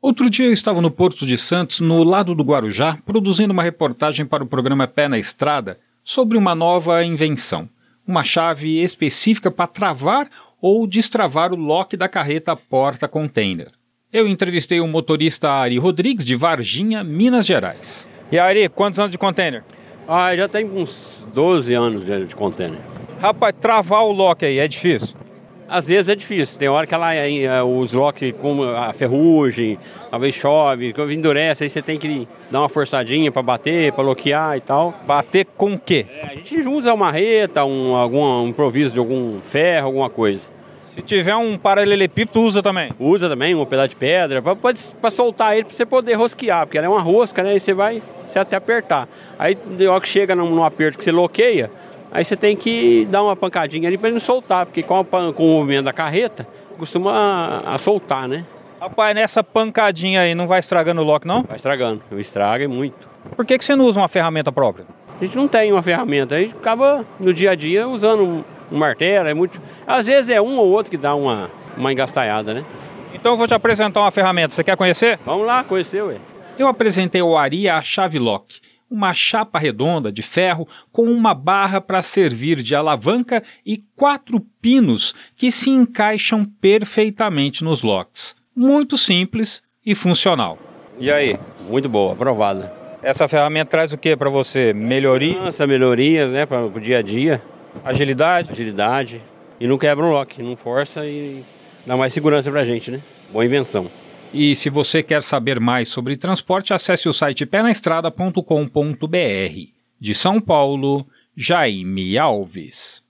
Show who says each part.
Speaker 1: Outro dia eu estava no Porto de Santos, no lado do Guarujá, produzindo uma reportagem para o programa Pé na Estrada sobre uma nova invenção, uma chave específica para travar ou destravar o lock da carreta porta container. Eu entrevistei o motorista Ari Rodrigues de Varginha, Minas Gerais.
Speaker 2: E aí, Ari, quantos anos de container?
Speaker 3: Ah, já tem uns 12 anos de de container.
Speaker 2: Rapaz, travar o lock aí é difícil.
Speaker 3: Às vezes é difícil, tem hora que ela, eh, os locks como a ferrugem, talvez chove, endurece, aí você tem que dar uma forçadinha para bater, para bloquear e tal.
Speaker 2: Bater com o quê?
Speaker 3: É, a gente usa uma reta, um, algum um improviso de algum ferro, alguma coisa.
Speaker 2: Se tiver um paralelepípedo, usa também.
Speaker 3: Usa também um pedaço de pedra para soltar ele para você poder rosquear, porque ela é uma rosca, né? E você vai você até apertar. Aí na hora que chega num, num aperto que você loqueia, aí você tem que dar uma pancadinha ali para ele não soltar, porque com, a pan- com o movimento da carreta, costuma a, a soltar, né?
Speaker 2: Rapaz, nessa pancadinha aí não vai estragando o lock, não?
Speaker 3: Vai estragando, eu estrago e muito.
Speaker 2: Por que, que você não usa uma ferramenta própria?
Speaker 3: A gente não tem uma ferramenta, a gente acaba no dia a dia usando um, um martelo, é muito. Às vezes é um ou outro que dá uma, uma engastalhada, né?
Speaker 2: Então eu vou te apresentar uma ferramenta, você quer conhecer?
Speaker 3: Vamos lá, conheceu, ué.
Speaker 1: Eu apresentei ao Ari a chave lock, uma chapa redonda de ferro com uma barra para servir de alavanca e quatro pinos que se encaixam perfeitamente nos locks. Muito simples e funcional.
Speaker 2: E aí,
Speaker 3: Muito boa, aprovada.
Speaker 2: essa ferramenta traz o que para você? Melhoria,
Speaker 3: Nossa, melhorias, né, para o dia a dia,
Speaker 2: agilidade?
Speaker 3: agilidade. E não quebra um lock, não força e dá mais segurança pra gente, né? Boa invenção.
Speaker 1: E se você quer saber mais sobre transporte, acesse o site penaestrada.com.br. De São Paulo, Jaime Alves.